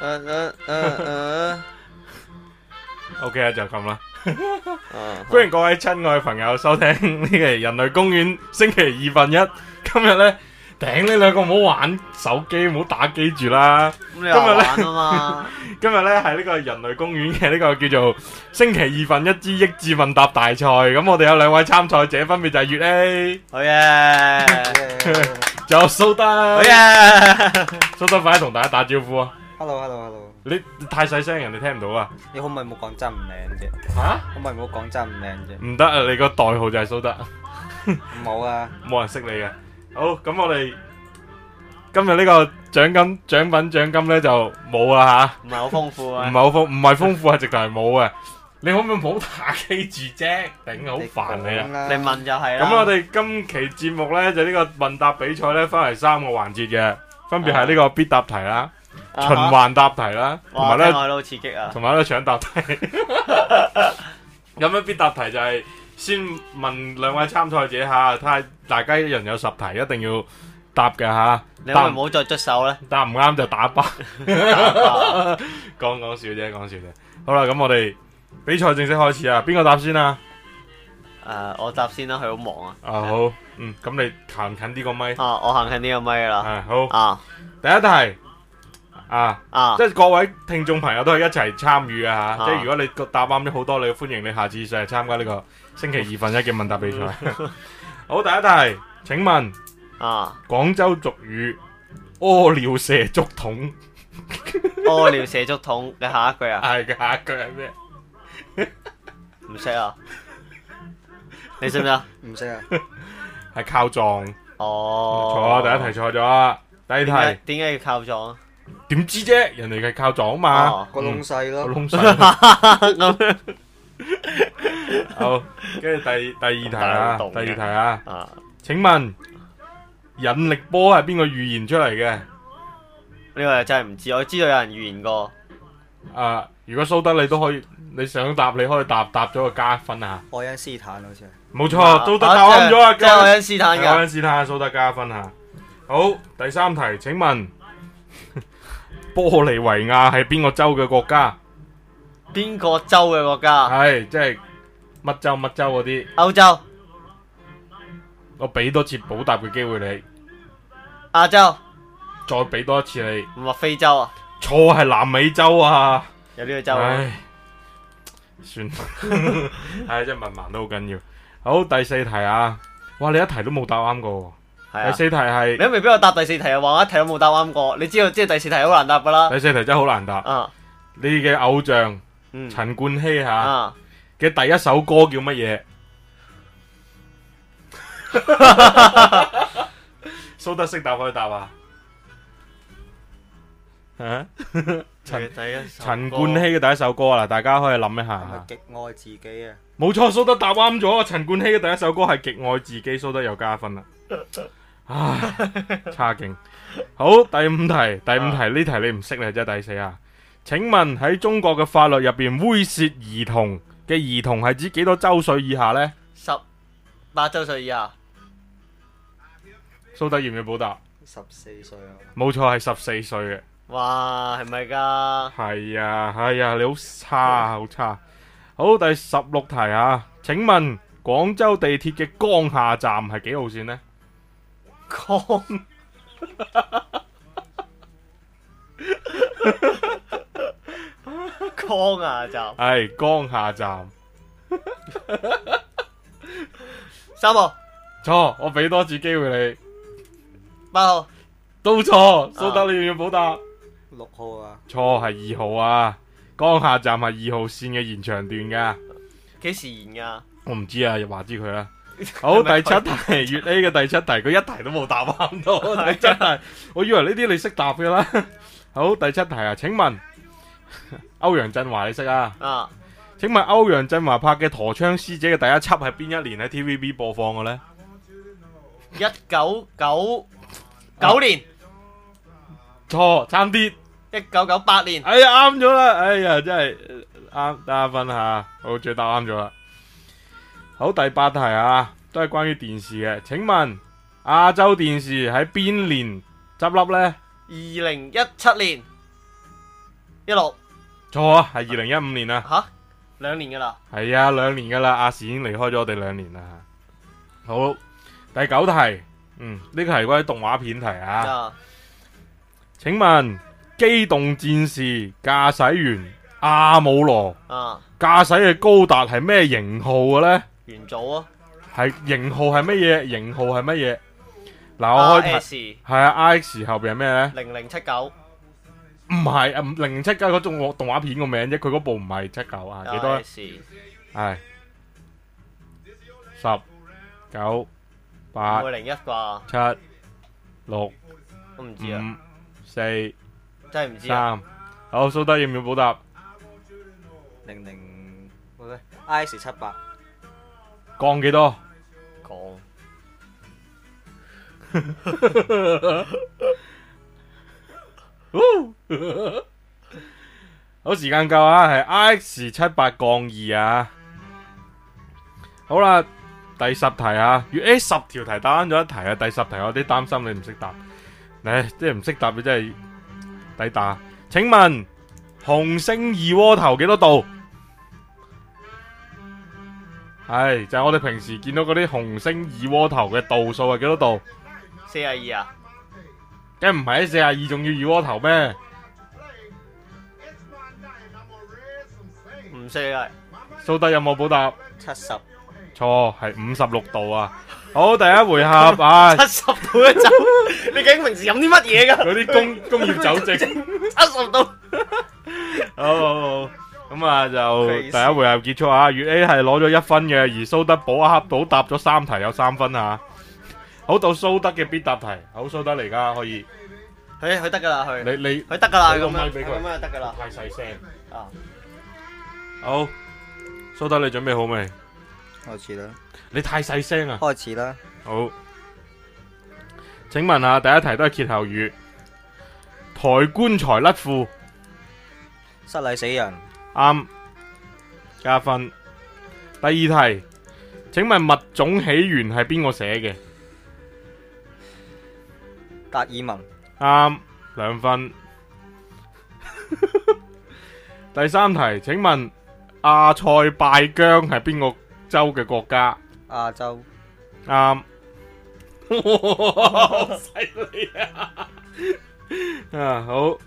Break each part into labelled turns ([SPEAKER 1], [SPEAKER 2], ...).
[SPEAKER 1] 誒誒誒誒
[SPEAKER 2] OK 啊，就咁啦。
[SPEAKER 1] 啊
[SPEAKER 2] 歡迎各位親愛朋友收聽呢期《人類公園》星期二分一。今日呢，頂呢兩個唔好玩手機，唔好打機住啦。
[SPEAKER 1] 咁你又玩啊嘛？
[SPEAKER 2] 今日呢，係呢個《人類公園》嘅呢個叫做星期二分一之益智問答大賽。咁我哋有兩位參賽者，分別就係月 A，
[SPEAKER 1] 好嘢，
[SPEAKER 2] 仲有蘇
[SPEAKER 1] 好
[SPEAKER 2] 德。
[SPEAKER 1] 嘢
[SPEAKER 2] 蘇德快啲同大家打招呼啊！
[SPEAKER 3] Hello hello hello，
[SPEAKER 2] 你你太細聲，人哋聽唔到啊！
[SPEAKER 3] 你可唔可以唔好講真唔靚啫？
[SPEAKER 2] 吓？
[SPEAKER 3] 可唔可以唔好講真唔靚啫？
[SPEAKER 2] 唔得啊！你個代號就係蘇德。
[SPEAKER 3] 唔好啊，
[SPEAKER 2] 冇人識你嘅。好，咁我哋今日呢個獎金獎品獎金咧就冇啦
[SPEAKER 1] 唔係好豐富
[SPEAKER 2] 吓，唔
[SPEAKER 1] 啊
[SPEAKER 2] 係，好豐唔係豐富，係直頭係冇嘅。你可唔可以唔好打機住啫？頂好煩你啊！
[SPEAKER 3] à,
[SPEAKER 1] 你問就係啦。
[SPEAKER 2] 咁我哋今期節目咧就呢個問答比賽咧分為三個環節嘅，分別係呢個必答題啦、
[SPEAKER 1] 啊
[SPEAKER 2] 循
[SPEAKER 1] 哈，
[SPEAKER 2] 環答題啦，同
[SPEAKER 1] 哇，
[SPEAKER 2] 埋
[SPEAKER 1] 聽
[SPEAKER 2] 咧
[SPEAKER 1] 落去都好刺激啊！
[SPEAKER 2] 同埋咧搶答題。咁樣必答題就係先問兩位參賽者吓，睇下大家一人有十題，一定要答嘅吓。
[SPEAKER 1] 你可唔可以唔好再捽手咧？
[SPEAKER 2] 答唔啱就打靶，
[SPEAKER 1] 啊
[SPEAKER 2] 講講笑啫，講笑啫。好啦，咁我哋比賽正式開始啊，邊個答先啊？
[SPEAKER 1] 誒，我答先啦，佢好忙啊。
[SPEAKER 2] 啊好，嗯，咁你行近啲個咪，
[SPEAKER 1] 啊，我行近呢個咪啦。
[SPEAKER 2] 啊好，
[SPEAKER 1] 啊
[SPEAKER 2] 第一題啊，
[SPEAKER 1] 啊
[SPEAKER 2] 即係各位聽眾朋友都係一齊參與啊吓，
[SPEAKER 1] 啊
[SPEAKER 2] 即係如果你個答啱咗好多，你歡迎你下次上嚟參加呢個星期二分一嘅問答比賽。
[SPEAKER 1] 嗯
[SPEAKER 2] 好，第一題，請問
[SPEAKER 1] 啊！
[SPEAKER 2] 廣州俗語屙尿射竹筒
[SPEAKER 1] 屙尿射竹筒，你下一句啊？
[SPEAKER 2] 係嘅下一句係咩？
[SPEAKER 1] 唔識啊？你識唔識啊？
[SPEAKER 3] 唔識啊，
[SPEAKER 2] 係靠撞。
[SPEAKER 1] 哦，
[SPEAKER 2] 錯，第一題錯咗，第二
[SPEAKER 1] 點解
[SPEAKER 2] 題
[SPEAKER 1] 點解要靠撞啊？
[SPEAKER 2] 點知啫？人哋係靠撞啊 嘛，
[SPEAKER 1] 哦
[SPEAKER 3] 個窿細
[SPEAKER 2] 個
[SPEAKER 3] 咯，
[SPEAKER 2] 窿細。
[SPEAKER 1] 咁樣
[SPEAKER 2] 好，跟住第第二題
[SPEAKER 1] 咁
[SPEAKER 2] 啊，
[SPEAKER 1] 大個洞
[SPEAKER 2] 第
[SPEAKER 1] 嘅
[SPEAKER 2] 二題啊，
[SPEAKER 1] 啊！
[SPEAKER 2] 請問引力波係邊個預言出嚟嘅？
[SPEAKER 1] 呢個真係唔知，我知道有人預言過。
[SPEAKER 2] 啊，如果蘇德你都可以，你想答你可以答，答咗個加分啊！
[SPEAKER 3] 愛因斯坦好似係。
[SPEAKER 2] 冇
[SPEAKER 1] 啊
[SPEAKER 2] 錯，蘇德答啱咗啊，
[SPEAKER 1] 即係即係愛
[SPEAKER 2] 加
[SPEAKER 1] 因斯坦
[SPEAKER 2] 係啊愛
[SPEAKER 1] 㗎。
[SPEAKER 2] 因斯坦，蘇德加分啊！好，第三題，請問 玻利維亞係邊個州嘅國家？
[SPEAKER 1] 邊個州嘅國家？
[SPEAKER 2] 係即係乜州乜州嗰啲。
[SPEAKER 1] 歐洲、
[SPEAKER 2] 我俾多次補答嘅機會你，
[SPEAKER 1] 亞洲，
[SPEAKER 2] 再俾多一次你。
[SPEAKER 1] 唔係非洲啊？
[SPEAKER 2] 錯係南美洲啊！
[SPEAKER 1] 有呢個州啊。
[SPEAKER 2] 唉， 算啦，唉，真係文盲都好緊要。好，第四題啊！哇，你一題都冇答啱過
[SPEAKER 1] 係
[SPEAKER 2] 喎。
[SPEAKER 1] 啊
[SPEAKER 2] 第。四題
[SPEAKER 1] 你
[SPEAKER 2] 係
[SPEAKER 1] 都未俾我答第四題啊！話我一題都冇答啱過。你知道即係第四題好難答㗎啦。
[SPEAKER 2] 第四題真係好難答。
[SPEAKER 1] 啊，
[SPEAKER 2] 你嘅偶像
[SPEAKER 1] 嗯，
[SPEAKER 2] 陳冠希吓
[SPEAKER 1] 啊，
[SPEAKER 2] 嘅第一首歌叫乜嘢？蘇德識答可以答啊！啊？陳
[SPEAKER 1] 第一首歌
[SPEAKER 2] 陳冠希嘅第一首歌啊，大家可以諗一下
[SPEAKER 3] 係咪
[SPEAKER 2] 啊。
[SPEAKER 3] 極愛自己啊？
[SPEAKER 2] 冇錯，蘇德答啱咗啊！陳冠希嘅第一首歌係《極愛自己》，蘇德又加分啦。唉，差勁。好，第五題，第五題呢題你唔識咧，真係抵死啊！請問喺中國嘅法律入邊，猥褻兒童嘅兒童係指幾多周歲以下呢？
[SPEAKER 1] 十八周歲以下。
[SPEAKER 2] 蘇德要唔要補答？
[SPEAKER 3] 十四歲啊，
[SPEAKER 2] 冇錯，係十四歲嘅。
[SPEAKER 1] 哇，係咪㗎？
[SPEAKER 2] 係啊，係啊，你好差啊，好差。好，第十六題啊，請問廣州地鐵嘅江夏站係幾號線呢？
[SPEAKER 1] 江 江啊就
[SPEAKER 2] 係江夏站。
[SPEAKER 1] 三號、
[SPEAKER 2] 錯，我俾多次機會你，
[SPEAKER 1] 八號、
[SPEAKER 2] 都錯。蘇德你要唔要補答？
[SPEAKER 3] 六號啊，
[SPEAKER 2] 錯係二號啊，江夏站係二號線嘅延長段噶，
[SPEAKER 1] 幾時完㗎？
[SPEAKER 2] 我唔知啊，話知佢啦。好，第七題，粵 A 嘅第七題，佢一題都冇答啱到，你真係，我以為呢啲你識答嘅啦。好，第七題啊，請問歐陽振華你識啊？
[SPEAKER 1] 啊，
[SPEAKER 2] 請問歐陽振華拍嘅《陀槍師姐》嘅第一輯係邊一年喺 TVB 播放嘅呢？
[SPEAKER 1] 一九九九年，
[SPEAKER 2] 錯，差啲。
[SPEAKER 1] 一九九八年，
[SPEAKER 2] 哎呀，啱咗啦！哎呀，真係呃啱得一分吓，好，最答啱咗啦。好，第八題啊，都係關於電視嘅。請問亞洲電視喺邊年執笠呢？
[SPEAKER 1] 二零一七年，一六
[SPEAKER 2] 錯啊，係二零一五年啊，
[SPEAKER 1] 吓兩年噶啦，
[SPEAKER 2] 係啊，兩年噶啦，亞視已經離開咗我哋兩年啦。好，第九題，嗯，呢個係關於動畫片題啊。
[SPEAKER 1] 啊
[SPEAKER 2] 請問機動戰士駕駛員阿姆羅
[SPEAKER 1] 啊
[SPEAKER 2] 駕駛嘅高達係咩型號嘅呢？
[SPEAKER 1] 元祖啊
[SPEAKER 2] 係型號係乜嘢？型號係乜嘢？嗱，
[SPEAKER 1] Ờ,
[SPEAKER 2] 我開題
[SPEAKER 1] ，RS
[SPEAKER 2] 係啊，X 後邊係咩呢？
[SPEAKER 1] 零零七九
[SPEAKER 2] 唔係啊，零七九嗰種動畫片個名啫，佢嗰部唔係七九
[SPEAKER 1] Ờ,
[SPEAKER 2] 啊，幾多呢？
[SPEAKER 1] ，RS
[SPEAKER 2] 係十九八
[SPEAKER 1] 唔會零一啩？
[SPEAKER 2] 七六五
[SPEAKER 1] 我啊唔
[SPEAKER 2] Ừ.
[SPEAKER 1] 知啊，
[SPEAKER 2] 四
[SPEAKER 1] 真係唔知啊。
[SPEAKER 2] 三，好，蘇德要唔要補答？
[SPEAKER 3] 零零咩咧？I S 七八
[SPEAKER 2] 降幾多？
[SPEAKER 1] 講
[SPEAKER 2] 好，時間夠啊，係 I X 七八降二啊。好啦，第十題啊，如誒十條題答啱咗一題啊，第十題我啲擔心你唔識答，唉，即係唔識答你真係抵打。請問紅星二鍋頭幾多度？係就係我哋平時見到嗰啲紅星二鍋頭嘅度數係幾多度？
[SPEAKER 1] 四廿二啊，
[SPEAKER 2] 梗唔係四廿二，仲要二鍋頭咩？
[SPEAKER 1] 唔識 啊，
[SPEAKER 2] 蘇德有冇補答？
[SPEAKER 3] 七十
[SPEAKER 2] 錯，係五十六度啊！好，第一 回合啊，
[SPEAKER 1] 七十度一酒，你究竟平時飲啲乜嘢㗎？
[SPEAKER 2] 嗰啲工工業酒精，
[SPEAKER 1] 七十度，
[SPEAKER 2] 好好好咁啊就
[SPEAKER 3] 肥
[SPEAKER 2] 第一
[SPEAKER 3] 屍
[SPEAKER 2] 回合結束啊。粵 A 係攞咗一分嘅，而蘇德補恰到答咗三題有三分啊。好到蘇德嘅必答題，好蘇德嚟噶可以，
[SPEAKER 1] 佢佢得㗎啦，佢
[SPEAKER 2] 你你
[SPEAKER 1] 佢得㗎啦，咁
[SPEAKER 2] 你個咪
[SPEAKER 1] 樣
[SPEAKER 2] 俾
[SPEAKER 1] 佢
[SPEAKER 2] 佢
[SPEAKER 1] 咁樣就得㗎啦。
[SPEAKER 2] 太細聲。
[SPEAKER 1] 啊，
[SPEAKER 2] 好，蘇德你準備好未？
[SPEAKER 3] 開始啦，
[SPEAKER 2] 你太細聲啊！
[SPEAKER 3] 開始啦。
[SPEAKER 2] 好，請問下第一題都係歇後語，抬棺材甩褲。
[SPEAKER 3] 失禮死人，
[SPEAKER 2] 啱，加分。第二題，請問物種起源係邊個寫嘅？
[SPEAKER 3] 達爾文，
[SPEAKER 2] 啱，兩 分。第三題，請問亞塞拜疆係邊個州嘅國家？
[SPEAKER 3] 亞洲，
[SPEAKER 2] 啱。好 犀利啊！啊好，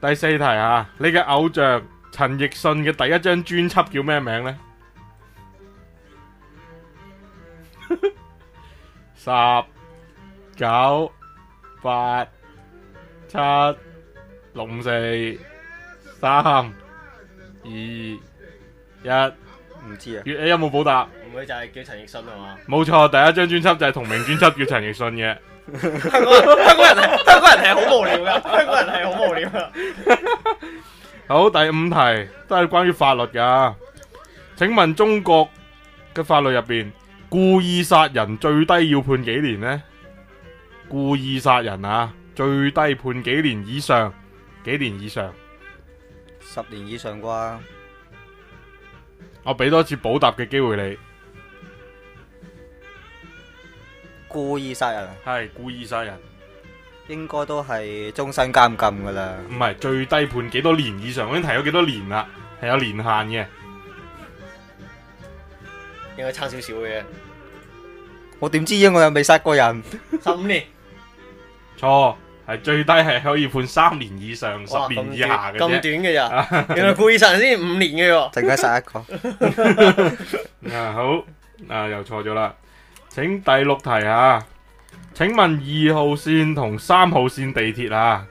[SPEAKER 2] 第四題啊，你嘅偶像陳奕迅嘅第一張專輯叫咩名 呢？十九八七六五四三二一，
[SPEAKER 3] 唔知啊。
[SPEAKER 2] 月 A 有冇補答？
[SPEAKER 1] 唔會就係叫陳奕迅係嘛？
[SPEAKER 2] 冇錯，第一張專輯就係同名專輯叫陳奕迅嘅。
[SPEAKER 1] 香港人香港人係香港人係好無聊㗎，香港人係好無聊㗎。
[SPEAKER 2] 好，第五題都係關於法律噶。請問中國嘅法律入邊，故意殺人最低要判幾年呢？故意殺人啊，最低判幾年以上？幾年以上？
[SPEAKER 3] 十年以上啩，
[SPEAKER 2] 我俾多次補答嘅機會你。
[SPEAKER 3] 故意殺人
[SPEAKER 2] 係故意殺人，
[SPEAKER 3] 應該都係終身監禁噶啦。
[SPEAKER 2] 唔係最低判幾多年以上？我已經提咗幾多年啦，係有年限嘅。
[SPEAKER 1] 應該差少少嘅，
[SPEAKER 3] 我點知啫？我又未殺過人。
[SPEAKER 1] 十五年，
[SPEAKER 2] 錯，係最低係可以判三年以上、十
[SPEAKER 1] 哇咁
[SPEAKER 2] 年以下
[SPEAKER 1] 短
[SPEAKER 2] 嘅
[SPEAKER 1] 咁短。
[SPEAKER 2] 啫
[SPEAKER 1] 嘅咋？原來故意殺人先五年嘅喎。
[SPEAKER 3] 陣間殺一個，
[SPEAKER 2] 啊好，啊又錯咗啦。請第六題啊，請問二號線同三號線地鐵啊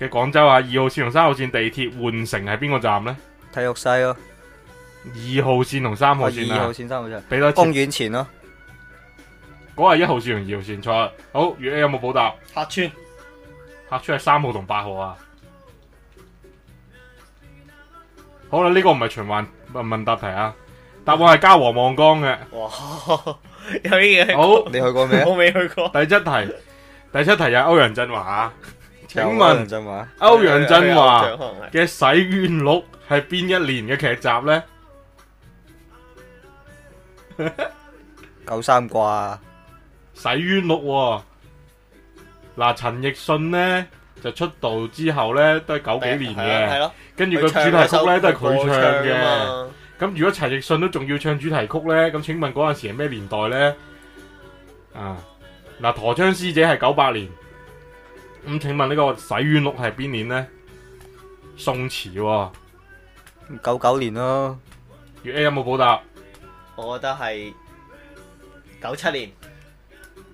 [SPEAKER 2] 嘅廣州啊，二號線同三號線地鐵換乘係邊個站呢？
[SPEAKER 3] 體育西咯，
[SPEAKER 2] 二號線同三
[SPEAKER 3] 我
[SPEAKER 2] 號線
[SPEAKER 3] 二哦號
[SPEAKER 2] 啊，
[SPEAKER 3] 線、三號線，
[SPEAKER 2] 俾多次
[SPEAKER 3] 公，園前咯，
[SPEAKER 2] 嗰係一號線同二號線錯啦。好，月 A 有冇補答？
[SPEAKER 1] 客串
[SPEAKER 2] 客出係三號同八號啊。好啦，呢、個唔係循環問問答題啊，答案係嘉禾望江嘅。
[SPEAKER 1] 哇，有啲嘢
[SPEAKER 2] 好。
[SPEAKER 3] 你去過未啊？
[SPEAKER 1] 我未去過。
[SPEAKER 2] 第七題，第七題又係歐陽振華啊。請
[SPEAKER 3] 有啊
[SPEAKER 2] 問
[SPEAKER 3] 梁振華，
[SPEAKER 2] 歐陽振華
[SPEAKER 1] 可能係
[SPEAKER 2] 嘅《洗冤錄》係邊一年嘅劇集呢？
[SPEAKER 3] 九三啩，
[SPEAKER 2] 《洗冤錄》喎，嗱，陳奕迅呢就出道之後呢，都係九幾年
[SPEAKER 1] 係
[SPEAKER 2] 嘅，
[SPEAKER 1] 咯，
[SPEAKER 2] 跟住個
[SPEAKER 1] 佢
[SPEAKER 2] 主
[SPEAKER 1] 唱嗰
[SPEAKER 2] 題曲
[SPEAKER 1] 首
[SPEAKER 2] 呢，都係
[SPEAKER 1] 歌
[SPEAKER 2] 佢唱
[SPEAKER 1] 㗎
[SPEAKER 2] 嘅。
[SPEAKER 1] 嘛，
[SPEAKER 2] 咁如果陳奕迅都仲要唱主題曲呢，咁請問嗰陣時係咩年代呢？啊，嗱，陀槍師姐係九八年，咁請問呢個洗冤錄係邊年呢？宋詞喎、
[SPEAKER 3] 九九年咯，
[SPEAKER 2] 粵 A 有冇補答？
[SPEAKER 1] 我覺得係九七年，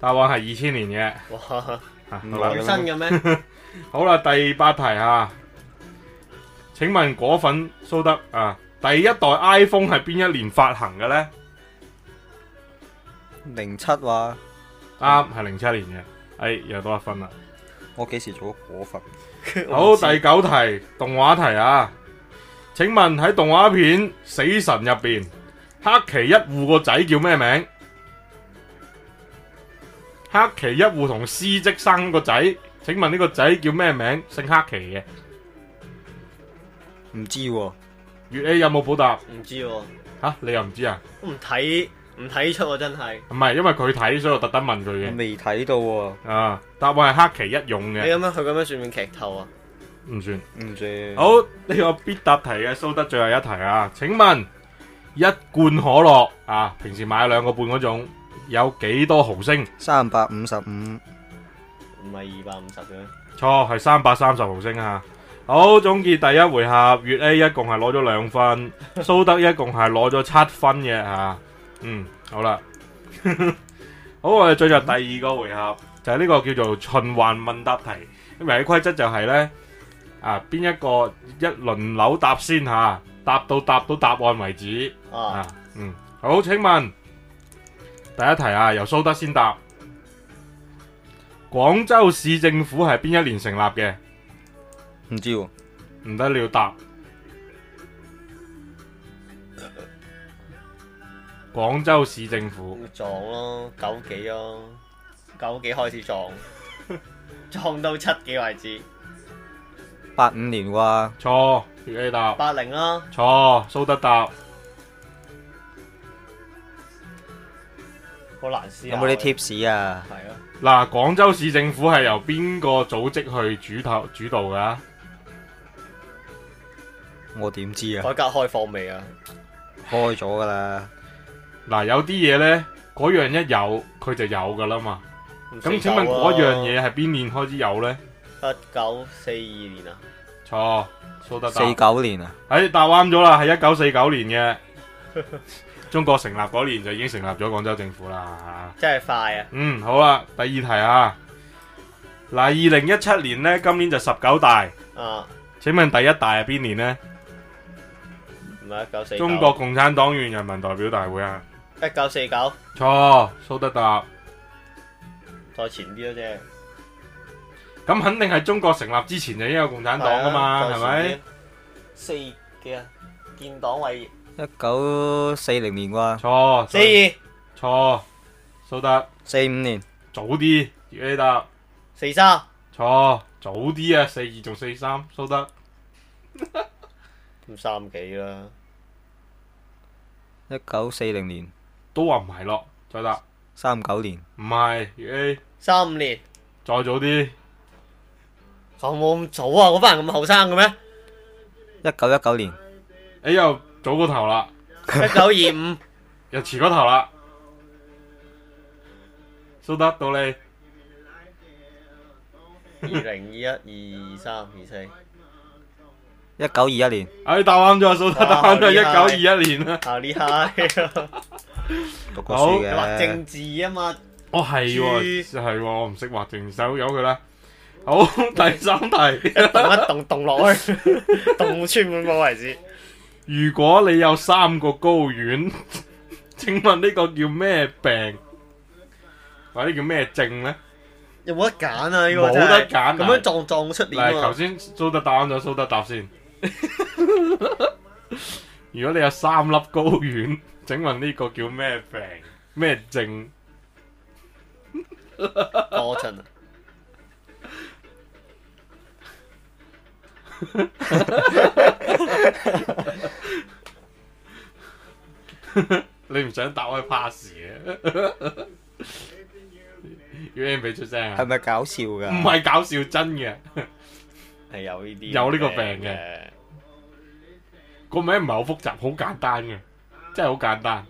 [SPEAKER 2] 答案係二千年
[SPEAKER 1] 哇，
[SPEAKER 2] 嘅。啊
[SPEAKER 3] 嗯
[SPEAKER 2] 好啦
[SPEAKER 1] 咁新嘅咩？
[SPEAKER 2] 好啦，第八題啊，請問果粉蘇德啊，第一代 iPhone 係邊一年發行嘅呢？
[SPEAKER 3] 零七話
[SPEAKER 2] 啱係零七年嘅，哎又多一分啦。
[SPEAKER 3] 我幾時做咗果粉？
[SPEAKER 2] 好，第九題動畫題啊，請問喺動畫片《死神》入邊，黑崎一護個仔叫咩名？黑崎一護同司職生個仔，請問呢個仔叫咩名？姓黑崎嘅。
[SPEAKER 3] 唔知喎，
[SPEAKER 2] 粵 A 有冇補答？
[SPEAKER 1] 唔知喎，
[SPEAKER 2] 吓、你又唔知啊？
[SPEAKER 1] 都唔睇唔睇出喎，真係。
[SPEAKER 2] 唔係，因為佢睇，所以我特登問佢嘅。
[SPEAKER 3] 未睇到喎，
[SPEAKER 2] 啊，答案係黑崎一勇
[SPEAKER 1] 你
[SPEAKER 2] 嘅，
[SPEAKER 1] 咁樣佢咁樣算唔算劇透啊？
[SPEAKER 2] 唔算。
[SPEAKER 3] 唔知。
[SPEAKER 2] 好，呢、個必答題嘅蘇德最後一題啊！請問一罐可樂啊，平時買兩個半嗰種，有幾多毫升？
[SPEAKER 3] 三百五十五，
[SPEAKER 1] 唔係二百五十嘅，
[SPEAKER 2] 錯，係三百三十毫升啊！好，總結第一回合，粵 A 一共係攞咗兩分，蘇德一共係攞咗七分嘅吓、啊嗯，好啦，好，我哋進入第二個回合，就係、呢個叫做循環問答題。咁遊戲規則就係呢：啊邊一個一輪流答先吓、啊答到答到答案為止。
[SPEAKER 1] 啊，
[SPEAKER 2] 啊，嗯，好，請問第一題啊，由蘇德先答。廣州市政府係邊一年成立嘅？
[SPEAKER 3] 唔知喎，
[SPEAKER 2] 唔得，你要答。廣州市政府
[SPEAKER 1] 咁撞咯，九幾咯，九幾開始撞，撞到七幾為止，
[SPEAKER 3] 八五年話
[SPEAKER 2] 錯，粵 A 答
[SPEAKER 1] 八零啦，
[SPEAKER 2] 錯，蘇德答
[SPEAKER 1] 好難思。
[SPEAKER 3] 有冇啲？tips 啊？
[SPEAKER 1] 係咯，
[SPEAKER 2] 嗱。廣州市政府係由邊個組織去主頭主導噶？
[SPEAKER 3] 我點知啊？
[SPEAKER 1] 改革開放未啊？
[SPEAKER 3] 開咗噶啦，
[SPEAKER 2] 嗱，有啲嘢呢，嗰樣一有佢就有噶啦嘛。
[SPEAKER 1] 唔
[SPEAKER 2] 咁
[SPEAKER 1] 識
[SPEAKER 2] 請問
[SPEAKER 1] 走啊
[SPEAKER 2] 嗰樣嘢係邊年開始有呢？
[SPEAKER 1] 一九四二年啊，
[SPEAKER 2] 錯，蘇德答。
[SPEAKER 3] 四九年啊，
[SPEAKER 2] 哎，答啱咗啦，係一九四九年嘅中國成立嗰年就已經成立咗廣州政府啦。
[SPEAKER 1] 真係快啊！
[SPEAKER 2] 嗯，好啦，第二題啊，嗱，二零一七年呢，今年就十九大，
[SPEAKER 1] 啊，
[SPEAKER 2] 請問第一大係邊年呢？
[SPEAKER 1] 唔係一九四
[SPEAKER 2] 中國共產黨員人民代表大會啊，
[SPEAKER 1] 一九四九
[SPEAKER 2] 錯，蘇德答，
[SPEAKER 1] 再前啲咯啫，
[SPEAKER 2] 咁肯定係中國成立之前就已經有共產黨噶嘛，係
[SPEAKER 1] 再前
[SPEAKER 2] 咪
[SPEAKER 1] 啲？？四幾啊？建黨為
[SPEAKER 3] 一九四零年話
[SPEAKER 2] 錯，
[SPEAKER 1] 四二
[SPEAKER 2] 錯，蘇德
[SPEAKER 3] 四五年，
[SPEAKER 2] 早啲，自己答，
[SPEAKER 1] 四三
[SPEAKER 2] 錯，早啲啊，四二仲四三，蘇德。
[SPEAKER 1] 咁三幾啦，
[SPEAKER 3] 一九四零年，
[SPEAKER 2] 都話唔係咯，再答
[SPEAKER 3] 三九年，
[SPEAKER 2] 唔係粵 A，
[SPEAKER 1] 三五年，
[SPEAKER 2] 再早啲，
[SPEAKER 1] 我冇咁早啊！嗰班人咁後生嘅咩？
[SPEAKER 3] 一九一九年，
[SPEAKER 2] 哎又早過頭啦，
[SPEAKER 1] 一九二五。
[SPEAKER 2] 又遲過頭啦，蘇德到你
[SPEAKER 1] 二零二一、二三、二四，
[SPEAKER 3] 一九二一年，
[SPEAKER 2] 哎答啱咗啊，蘇德
[SPEAKER 1] 哇
[SPEAKER 2] 答啱咗一九
[SPEAKER 1] 好
[SPEAKER 2] 二
[SPEAKER 1] 厲
[SPEAKER 2] 一年啦，
[SPEAKER 1] 啊呢下
[SPEAKER 3] 讀過書
[SPEAKER 1] 你話
[SPEAKER 3] 嘅
[SPEAKER 1] 政。治啊嘛，
[SPEAKER 2] 哦係喎，
[SPEAKER 1] 豬
[SPEAKER 2] 係喎，我唔識畫正手，由佢啦。好， 第三題，
[SPEAKER 1] 動一動動落 去，動穿滿我為止。
[SPEAKER 2] 如果你有三個睾丸， 請問呢個叫咩病，或者叫咩症呢？
[SPEAKER 1] 有冇得揀啊？呢個真係
[SPEAKER 2] 冇得揀
[SPEAKER 1] 咁樣撞撞出啊年
[SPEAKER 2] 嗱，頭
[SPEAKER 1] 喎。
[SPEAKER 2] 先蘇德答啱咗蘇德答先。 如果你有三粒睾丸，請問呢個叫咩病咩症？
[SPEAKER 1] 多春啊，
[SPEAKER 2] 你唔想答我係 pass 嘅。 要 M 俾出聲
[SPEAKER 3] 係
[SPEAKER 2] 啊！
[SPEAKER 3] 咪搞笑㗎？
[SPEAKER 2] 唔係搞笑，真嘅。
[SPEAKER 1] 係有呢啲
[SPEAKER 2] 有呢個
[SPEAKER 1] 咁嘅
[SPEAKER 2] 病個名唔係好複雜，好簡單嘅，真係好簡單。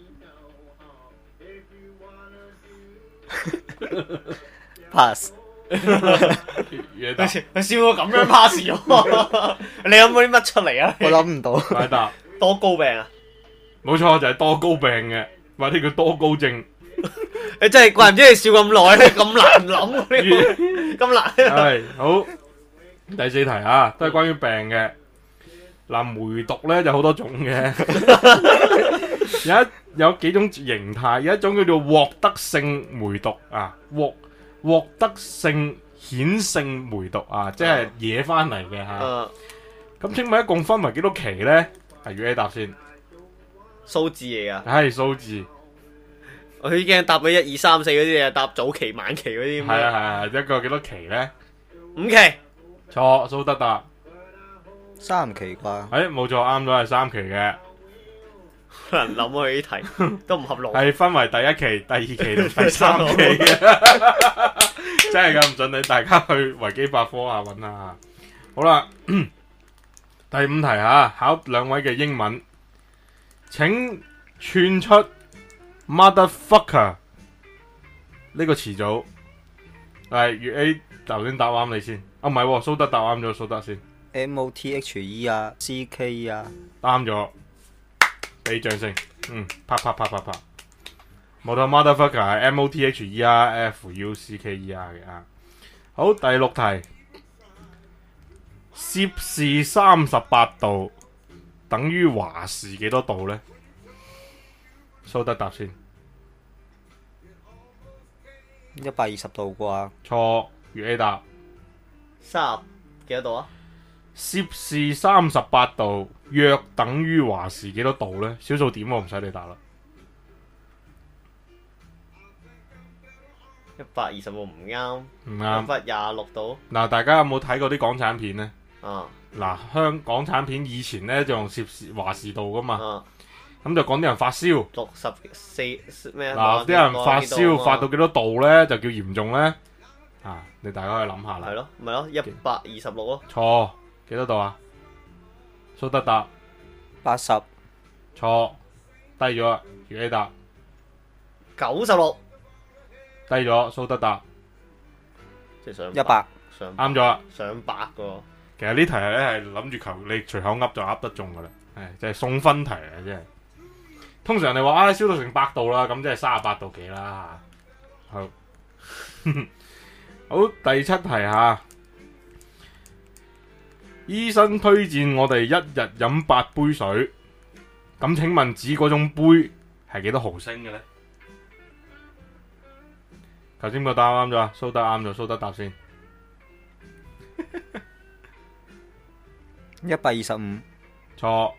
[SPEAKER 1] pass。
[SPEAKER 2] 嘢答
[SPEAKER 1] 佢笑佢笑到咁樣 pass 咗， 你有冇啲乜出嚟啊？
[SPEAKER 3] 我諗唔到。
[SPEAKER 2] 快答，
[SPEAKER 1] 多高病啊！
[SPEAKER 2] 冇錯就係多高病嘅，或者叫多高症。
[SPEAKER 1] 你真係怪唔知你笑咁耐咧，咁難諗啊呢 個咁難。
[SPEAKER 2] 係好，第四題啊，都係關於病嘅。嗱，梅毒咧就好多種嘅， 有一有幾種形態，有一種叫做獲得性梅毒啊，獲獲得性顯性梅毒啊，即係惹翻嚟嘅 嚇。
[SPEAKER 1] 誒，
[SPEAKER 2] 咁請問一共分為幾多期咧？係如 A 答先，
[SPEAKER 1] 數字嚟啊！
[SPEAKER 2] 係數字，
[SPEAKER 1] 我已經答咗一二三四嗰啲嘢，答早期晚期嗰啲咁
[SPEAKER 2] 係
[SPEAKER 1] 樣。
[SPEAKER 2] 啊係啊，一個幾多期咧？
[SPEAKER 1] 五期
[SPEAKER 2] 錯，蘇德答，
[SPEAKER 3] 三期啩？
[SPEAKER 2] 誒冇錯，啱咗係三期嘅，
[SPEAKER 1] 難諗啊！佢啲題都唔合邏。
[SPEAKER 2] 係分為第一期、第二期 同第 三期嘅，真係㗎，唔信你大家去維基百科啊揾下。好啦， 第五題嚇，考兩位嘅英文，請串出 motherfucker 呢個詞組。係粵 A 頭先答啱你先，啊唔係喎，蘇德答啱咗，蘇德先
[SPEAKER 3] M O T H E 啊，C K 啊，
[SPEAKER 2] 啱咗，俾掌聲，嗯，啪啪啪啪啪。冇得 motherfucker 係 M O T H E R F U C K E R 嘅啊。好，第六題，攝氏三十八度等於華氏幾多度呢？蘇德答先，
[SPEAKER 3] 一百二十度啩？
[SPEAKER 2] 錯，粵 A 答。
[SPEAKER 1] 三十幾多度啊？
[SPEAKER 2] 攝氏三十八度約等於華氏幾多度呢？小數點我唔使你答啦。
[SPEAKER 1] 一百二十度唔啱，
[SPEAKER 2] 唔
[SPEAKER 1] 一
[SPEAKER 2] 嗯啱。
[SPEAKER 1] 百廿六度
[SPEAKER 2] 嗱，大家有冇睇過啲港產片呢？
[SPEAKER 1] 啊
[SPEAKER 2] 嗱，香港產片以前呢就用攝氏華氏度噶嘛，
[SPEAKER 1] 啊！
[SPEAKER 2] 咁就講啲人發燒。
[SPEAKER 1] 六十四咩啊？
[SPEAKER 2] 嗱，啲人發
[SPEAKER 1] 幾度啊
[SPEAKER 2] 燒發到幾多度呢？就叫嚴重呢。啊，你大家去諗下
[SPEAKER 1] 係
[SPEAKER 2] 啦。
[SPEAKER 1] 咯，咪咯，一百二十六咯，
[SPEAKER 2] 錯幾多度啊？蘇德達
[SPEAKER 3] 八十
[SPEAKER 2] 錯低咗啊，粵 A 達
[SPEAKER 1] 九十六，
[SPEAKER 2] 低咗，蘇德達
[SPEAKER 1] 即係上
[SPEAKER 3] 一百，
[SPEAKER 1] 上
[SPEAKER 2] 啱咗啊。
[SPEAKER 1] 上百個。
[SPEAKER 2] 其實呢題咧係諗住求你隨口噏就噏得中噶啦，係就係送分題嚟嘅真係。通常你話啊燒到成百度啦，咁即係三十八度幾啦。好， 好第七題吓，醫生推薦我哋一日飲八杯水，咁請問指嗰種杯係幾多毫升嘅呢？頭先個答啱咗啊，蘇德啱咗，蘇德答先。
[SPEAKER 3] 一百二十五，
[SPEAKER 2] 錯。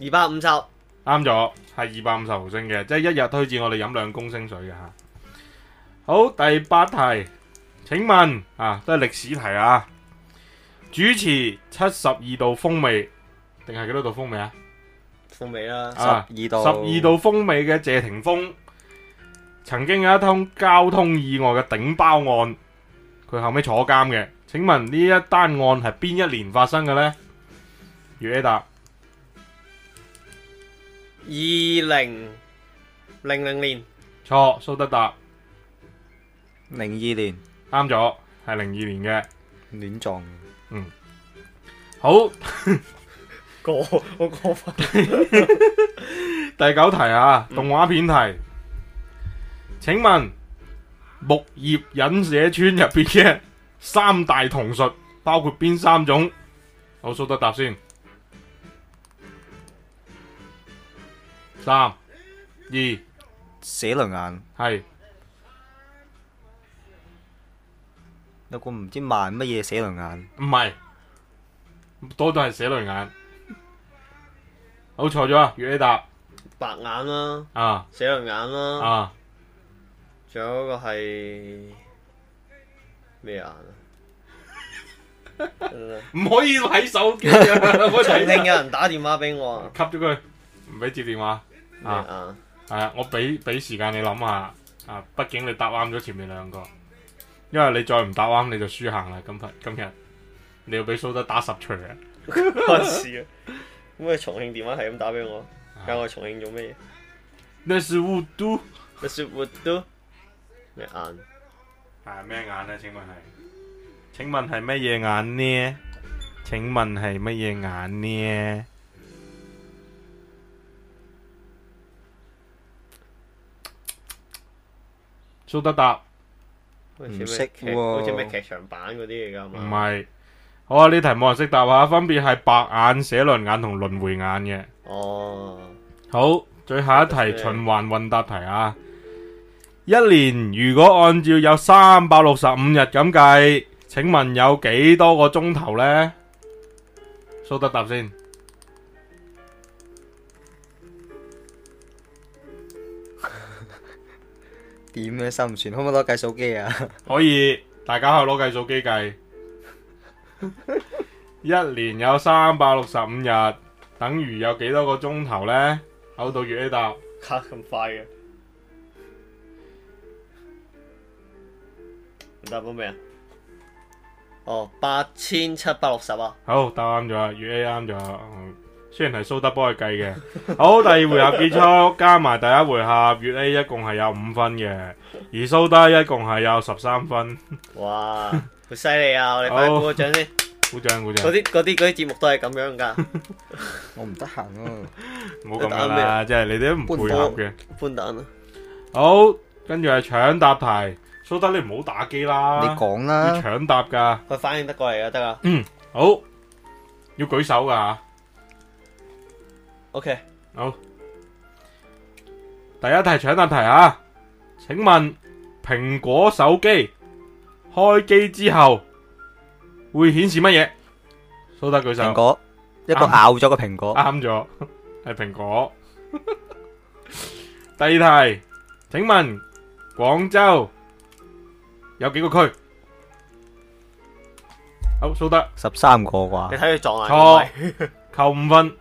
[SPEAKER 1] 二百五十，
[SPEAKER 2] 啱咗，係二百五十毫升嘅，即係一日推薦我哋飲兩公升水嘅吓。好，第八題，請問啊，都係歷史題啊。主持七十二度風味，定係幾多度風味啊？
[SPEAKER 1] 風味啦，
[SPEAKER 3] 十
[SPEAKER 2] 啊
[SPEAKER 3] 二度，十
[SPEAKER 2] 十二度風味嘅謝霆鋒，曾經有一通交通意外嘅頂包案，佢後尾坐監嘅。請問呢一單案係邊一年發生嘅呢？粵 A 答
[SPEAKER 1] 二零零零年，
[SPEAKER 2] 錯，蘇德答
[SPEAKER 3] 零二年
[SPEAKER 2] 啱咗，係零二年嘅。
[SPEAKER 3] 亂撞，
[SPEAKER 2] 好，
[SPEAKER 1] 過好過分。
[SPEAKER 2] 第九題啊，動畫片題。請問木葉忍者村入邊嘅三大瞳術包括邊三種？我數得答先。三、二，係
[SPEAKER 3] 寫輪眼，
[SPEAKER 2] 係
[SPEAKER 3] 有個唔知萬乜嘢寫輪眼，
[SPEAKER 2] 唔係？多咗係寫輪眼。好錯咗啊！粵 A 答
[SPEAKER 1] 白眼啦，
[SPEAKER 2] 啊
[SPEAKER 1] 死人眼啦，
[SPEAKER 2] 啊，
[SPEAKER 1] 仲有一個係咩眼啊？嗯
[SPEAKER 2] 唔可以睇手機啊！我
[SPEAKER 1] 曾
[SPEAKER 2] 睇
[SPEAKER 1] 經有人打電話俾我啊，
[SPEAKER 2] 吸咗佢，唔俾接電話。
[SPEAKER 1] 咩眼？
[SPEAKER 2] 啊係啊，我俾俾時間你諗下，啊，畢竟你答啱咗前面兩個，因為你再唔答啱你就輸行啦。今日今日你要俾蘇德打十錘啊！
[SPEAKER 1] 關事啊！咁佢重慶電話係咁打俾我，教我重慶做咩嘢？
[SPEAKER 2] 那是烏都
[SPEAKER 1] 你說活都咩眼？
[SPEAKER 2] 係咩眼呢？請問係？請問係乜嘢眼呢？請問係乜嘢眼呢？蘇德答。
[SPEAKER 1] 好似咩
[SPEAKER 3] 唔識
[SPEAKER 1] 劇
[SPEAKER 3] 喎
[SPEAKER 1] 好似咩劇場版嗰啲嚟㗎
[SPEAKER 2] 唔
[SPEAKER 1] 嘛？
[SPEAKER 2] 係，好啊！呢題冇人識答啊，分別係白眼、寫輪眼同輪迴眼嘅。
[SPEAKER 1] 哦，
[SPEAKER 2] 好，最後一題循環混答題啊！一年如果按照有三百六十五日咁計，請問有幾多個鐘頭呢？蘇德答先，
[SPEAKER 3] 點樣心唔算？可唔可以攞計數機啊？
[SPEAKER 2] 可以，大家可以攞計數機計。一年有三百六十五日，等於有幾多個鐘頭呢？口到月 A 答。
[SPEAKER 1] 卡咁快嘅，唔答到咩啊？哦，八千七百六十啊！
[SPEAKER 2] 好，答啱咗，粵 A 啱咗。嗯雖然係蘇德幫佢計嘅。 好，第二回合結束，加埋第一回合，粵 A 一共係有五分嘅，而蘇德一共係有十三分。
[SPEAKER 1] 哇，好犀利啊！我哋快啲
[SPEAKER 2] 好
[SPEAKER 1] 鼓個掌先。
[SPEAKER 2] 鼓掌鼓掌
[SPEAKER 1] 嗰，啲嗰啲嗰啲節目都係咁樣㗎，
[SPEAKER 3] 我唔得閒喎。
[SPEAKER 2] 唔好咁樣啦，即係你哋都唔配合嘅。
[SPEAKER 1] 潘蛋啊！
[SPEAKER 2] 好，跟住係搶答題，蘇德你唔好打機啦，
[SPEAKER 3] 你講
[SPEAKER 2] 要
[SPEAKER 3] 啦，
[SPEAKER 2] 搶答噶。
[SPEAKER 1] 佢反應得過嚟啊，得啦。
[SPEAKER 2] 好，要舉手噶吓。
[SPEAKER 1] OK，
[SPEAKER 2] 好，第一題搶答題啊！請問蘋果手機開機之後會顯示乜嘢？蘇德舉
[SPEAKER 3] 蘋
[SPEAKER 2] 手，
[SPEAKER 3] 果一個
[SPEAKER 2] 啱
[SPEAKER 3] 咬咗個蘋果，
[SPEAKER 2] 啱咗，係蘋果。 第二題，請問廣州有幾個區？好，蘇德
[SPEAKER 3] 十三個啩
[SPEAKER 1] 你。
[SPEAKER 2] 啊
[SPEAKER 1] 睇佢撞
[SPEAKER 2] 錯
[SPEAKER 1] 爛，
[SPEAKER 2] 扣五分，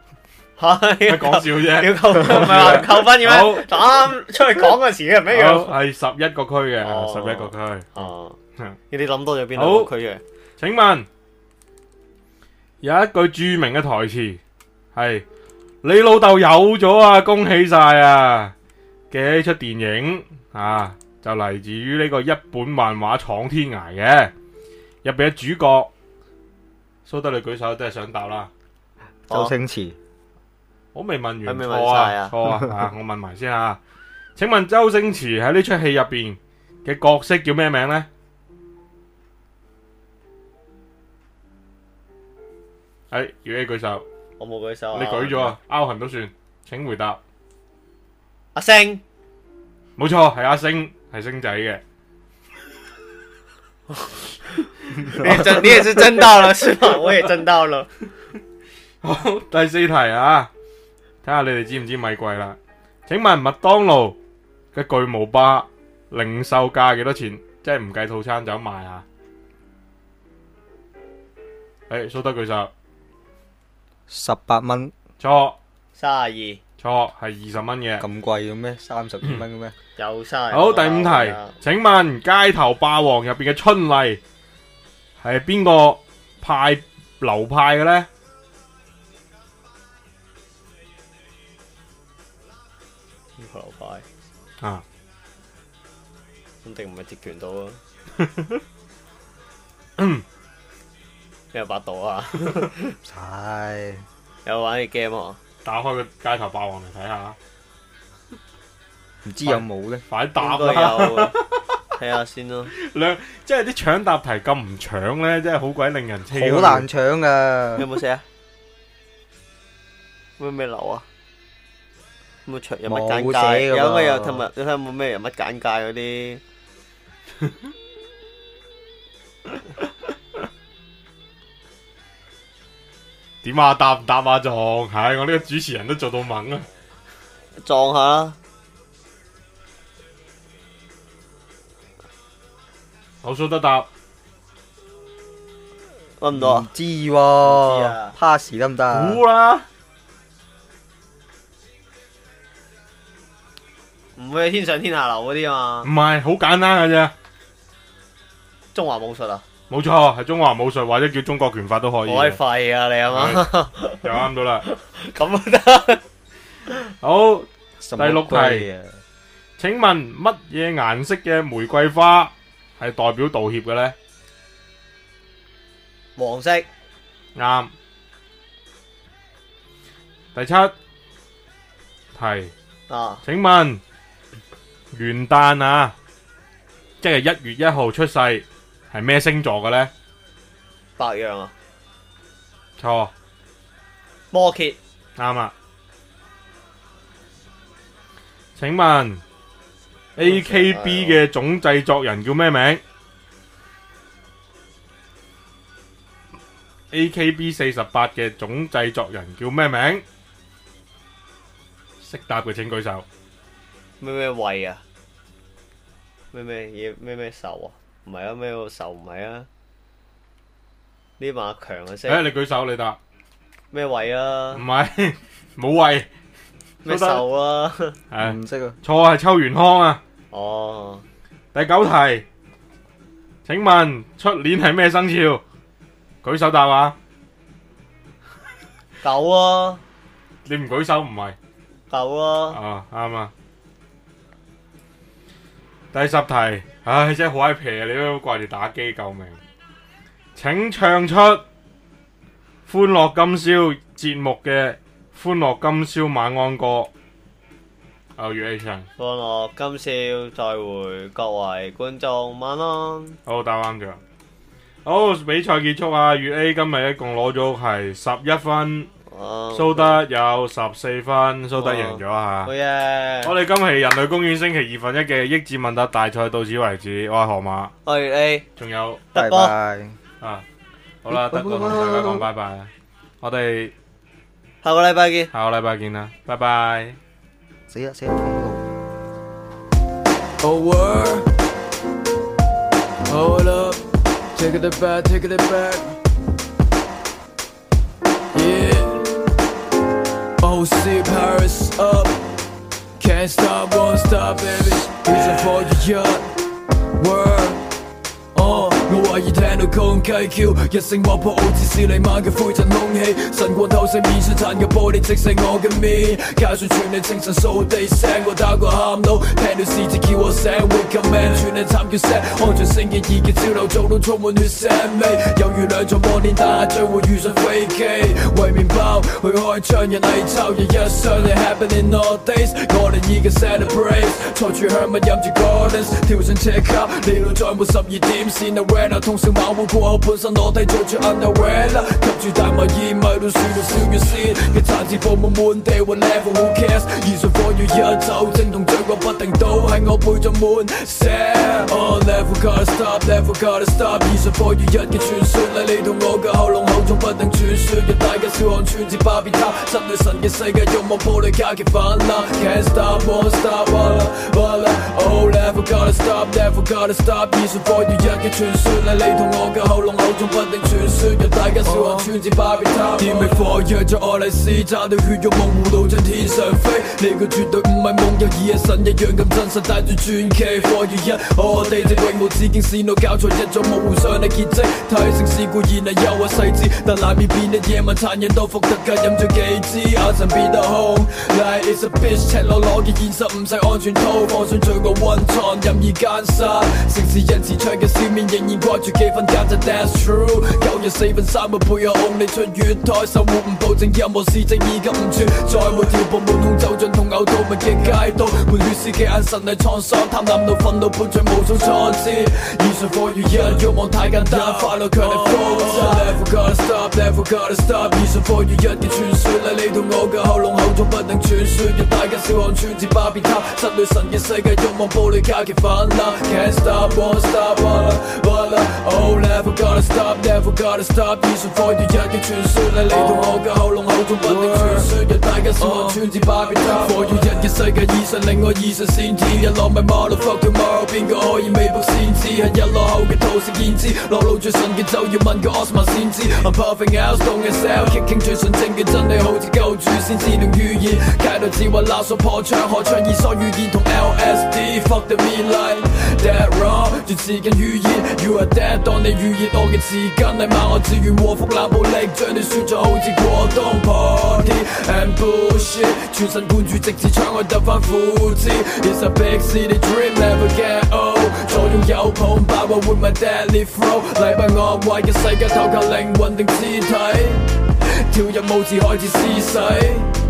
[SPEAKER 1] 係
[SPEAKER 2] 係講笑啫。
[SPEAKER 1] 要扣，唔係話唔扣分嘅
[SPEAKER 2] 好
[SPEAKER 1] 咩？啱出去講嗰時嘅唔一樣。
[SPEAKER 2] 好，係十一個區嘅，
[SPEAKER 1] 哦
[SPEAKER 2] 十一個區。
[SPEAKER 1] 哦
[SPEAKER 2] 嗯，
[SPEAKER 1] 你哋諗多咗邊度
[SPEAKER 2] 好
[SPEAKER 1] 區嘅？
[SPEAKER 2] 请问有一句著名嘅台词系你老豆有咗啊，恭喜晒啊嘅呢出电影啊，就嚟自于呢个一本漫画《闯天涯》嘅，入边嘅主角苏德利举手，真系想答啦。
[SPEAKER 3] 周
[SPEAKER 1] Ờ.
[SPEAKER 3] 星馳
[SPEAKER 2] 我未問
[SPEAKER 1] 係
[SPEAKER 2] 完
[SPEAKER 1] 咪
[SPEAKER 2] 錯
[SPEAKER 1] 問晒
[SPEAKER 2] 啊，
[SPEAKER 1] 啊
[SPEAKER 2] 錯啊，啊我問埋先啊。請問周星馳喺呢出戲入邊嘅角色叫咩名呢？係，要 A 舉手，
[SPEAKER 1] 我冇舉手啊。
[SPEAKER 2] 你舉咗啊，拗痕都算。請回答，
[SPEAKER 1] 阿星，
[SPEAKER 2] 冇錯，係阿星，係星仔嘅。
[SPEAKER 1] 你真你也是真到了是吧？我也真到了。
[SPEAKER 2] 好，第四題啊，睇下你哋知唔知米貴啦？請問麥當勞嘅巨無霸零售價幾多錢？即係唔計套餐就咁賣啊！誒、蘇德舉手，
[SPEAKER 3] 十八蚊
[SPEAKER 2] 錯
[SPEAKER 1] 三十
[SPEAKER 2] 錯係二十蚊嘅。
[SPEAKER 3] 咁貴嘅咩？三十二 蚊嘅咩？
[SPEAKER 1] 二又三。
[SPEAKER 2] 好，第
[SPEAKER 1] 啊
[SPEAKER 2] 五題，
[SPEAKER 1] Dạ.
[SPEAKER 2] 請問街頭霸王入邊嘅春麗係邊個派流派嘅呢？
[SPEAKER 1] 流派
[SPEAKER 2] 啊，
[SPEAKER 1] 肯定唔係截拳道啊。你有百度啊？
[SPEAKER 3] 唉，
[SPEAKER 1] 有玩啲 game 啊？
[SPEAKER 2] 打開個街頭霸王嚟睇下，
[SPEAKER 3] 唔知有冇呢？
[SPEAKER 2] 快啲答
[SPEAKER 1] 應該
[SPEAKER 2] 啦！
[SPEAKER 1] 有啊。睇下先咯。
[SPEAKER 2] 兩即係啲搶答題咁唔搶咧，真係好鬼令人氣。
[SPEAKER 3] 好難搶噶
[SPEAKER 1] 你有，冇寫啊？咩咩樓啊？有冇出人物簡
[SPEAKER 3] 冇寫
[SPEAKER 1] 介？
[SPEAKER 3] 㗎嘛
[SPEAKER 1] 有咩有睇咪？你睇下有冇咩人物簡介嗰啲？
[SPEAKER 2] 點啊？答唔答啊？仲唉，我呢個主持人都做到猛啊！
[SPEAKER 1] 撞下啦！
[SPEAKER 2] 好蘇德答，
[SPEAKER 1] 搵唔到
[SPEAKER 3] 唔
[SPEAKER 1] 啊？
[SPEAKER 3] 知
[SPEAKER 1] 唔知
[SPEAKER 3] 喎
[SPEAKER 1] 啊
[SPEAKER 3] ，pass 得唔得啊？
[SPEAKER 2] 估啦，
[SPEAKER 1] 唔會係天上天下樓嗰啲啊
[SPEAKER 2] 唔
[SPEAKER 1] 嘛？
[SPEAKER 2] 係好簡單嘅啫。
[SPEAKER 1] 中華武術啊，
[SPEAKER 2] 冇錯，係中華武術或者叫中國拳法都可以
[SPEAKER 1] 我係
[SPEAKER 2] 嘅，
[SPEAKER 1] 廢啊你啊嘛，
[SPEAKER 2] 又啱到啦。
[SPEAKER 1] 咁都得。
[SPEAKER 2] 好，
[SPEAKER 1] 第
[SPEAKER 2] 六題
[SPEAKER 1] 啊，
[SPEAKER 2] 請問乜嘢顏色嘅玫瑰花係代表道歉嘅呢？
[SPEAKER 1] 黃色
[SPEAKER 2] 啱。第七題，
[SPEAKER 1] 啊，
[SPEAKER 2] 請問元旦啊，即係一月一號出世係咩星座嘅呢？
[SPEAKER 1] 白羊啊，
[SPEAKER 2] 錯，
[SPEAKER 1] 摩羯
[SPEAKER 2] 啱啊啦。請問 AKB 嘅總製作人叫咩名？AKB 四十八嘅總製作人叫咩名？識答嘅請舉手。
[SPEAKER 1] 咩咩惠啊，咩咩嘢咩咩仇啊，唔係啊咩個仇唔係啊，呢馬強嘅
[SPEAKER 2] 誒，
[SPEAKER 1] 色
[SPEAKER 2] 你舉手你答，
[SPEAKER 1] 咩惠啊
[SPEAKER 2] 唔，係冇位，
[SPEAKER 1] 咩仇啊，
[SPEAKER 2] 誒，
[SPEAKER 3] 唔識啊，
[SPEAKER 2] 錯係秋元康啊。
[SPEAKER 1] 哦，
[SPEAKER 2] 第九題，請問出年係咩生肖？舉手答啊！
[SPEAKER 1] 狗啊，
[SPEAKER 2] 你唔舉手唔係
[SPEAKER 1] 狗啊，
[SPEAKER 2] 啊，啱啊。第十題，唉，真係好閪皮啊！你都掛住打機，救命！請唱出《歡樂今宵》節目嘅《歡樂今宵晚安歌》。哦，粵 A 唱，
[SPEAKER 1] 放落今宵再會各位觀眾晚安。
[SPEAKER 2] 好答啱咗。好，比賽結束啊！粵 A 今日一共攞咗係十一分。
[SPEAKER 1] 哦
[SPEAKER 2] 蘇德有十四分，蘇德贏咗
[SPEAKER 1] 好
[SPEAKER 2] 吓。
[SPEAKER 1] 嘢，
[SPEAKER 2] 我哋今期人類公園星期二分一嘅益智問答大賽到此為止，我係河馬，
[SPEAKER 1] 我係 A，
[SPEAKER 2] 仲有
[SPEAKER 1] 德
[SPEAKER 3] 拜
[SPEAKER 1] 哥。
[SPEAKER 3] 拜。
[SPEAKER 2] 啊，好啦，德哥同大家講拜拜，我哋
[SPEAKER 1] 下個禮拜見。
[SPEAKER 2] 下個禮拜見啦，拜拜。
[SPEAKER 3] 死啦死啦，封路。
[SPEAKER 4] Oh word. Hold up. Take it back, take it back. Yeah. OC Paris up. Can't stop, won't stop, baby. Reason for your yacht. Word. 哦，我懷疑聽到空氣叫，一聲劃破好似是你晚嘅灰塵空氣，晨光透射面上殘嘅玻璃，直射我嘅面，街上傳嚟清晨掃地聲，我打個喊路，聽到獅子叫我醒，wake up man，傳嚟慘叫聲，看住星期二嘅朝頭早都充滿血腥味，猶如兩座摩天大廈將會遇上飛機，為麵包去開槍嘅泥鰍，日日上嚟 happening all days，我哋已經 celebrate，坐住香蜜飲住 Gordons，跳上車卡，嚟到再冇十二點先 aware 啦，通宵晚會過後本身裸體做住 underwear 啦，吸住大麻煙咪到樹度燒住先，嘅殘字布滿滿地 whatever who cares，二水火月一走，正同嘴角不停都喺我背中滿寫。Oh never gotta stop never gotta stop，二水火月一嘅傳說嚟嚟到我嘅喉嚨口中不停轉說，要大家笑看穿至巴別塔，室女神嘅世界欲望暴力加劇反啦，can't stop won't stop 哇啦哇啦，Oh never gotta stop never gotta stop，二水火月一嘅傳說嚟嚟到我嘅喉嚨口中不停傳說，要大家笑看穿至巴別塔，點明火藥在愛麗絲炸到血肉模糊到像天上飛，你嘅絕對唔係夢遊而係神一樣咁真實，帶住傳奇火月一，我哋正永無止境線路交錯一種模糊上嘅結晶，睇成事故然係優雅細緻，但難免變得夜晚殘忍到伏特加飲咗幾支，眼神變得空，like it's a bitch 赤裸裸嘅現實唔使安全套，放上罪惡溫床任意奸殺，城市人持槍嘅笑面仍然掛住幾分奸詐，that's true，九日四分三個配合 only 出月台，守護唔保證任何事情已經唔存在，每條步滿空走進同嘔吐物嘅街道，滿血絲嘅眼神係滄桑，貪婪到憤怒伴隨無數創知，以上火與一，欲望太簡單，快樂卻係複雜。Never gotta stop, never gotta stop，以上火與一嘅傳說嚟嚟到我嘅喉嚨口中不停傳說，要大家笑看穿至巴別塔，失女神嘅世界欲望暴力加劇反彈。Can't stop, won't stop, 哇啦哇啦，Oh never gotta gotta stop，never gotta stop。以上課要一嘅傳説，你嚟到我嘅喉嚨口中不定傳説，日大家所我穿至巴別塔。課要一嘅世界以上，令我以上先知。日落咪 model fuck tomorrow，邊個可以未卜先知？係日落後嘅吐食胭脂，落路最順嘅就要問個 Osman 先知。I'm perfect house，凍嘅 cell，kicking 最純正嘅真理，好似救主先知同預言。街道智慧拉鎖破窗，可唱以所預言同 LSD。Fuck the me like that wrong，越刺近語言，You are dead。當你預熱我嘅匙羹，你罵我自願和服冷暴力，將你説咗好似過冬 party and bullshit，全神貫注直至窗外得翻苦枝。It's a big city dream never get old，左擁右抱白話 with my daily flow，禮拜我壞嘅世界投靠靈魂定肢體，跳入舞池開始施洗。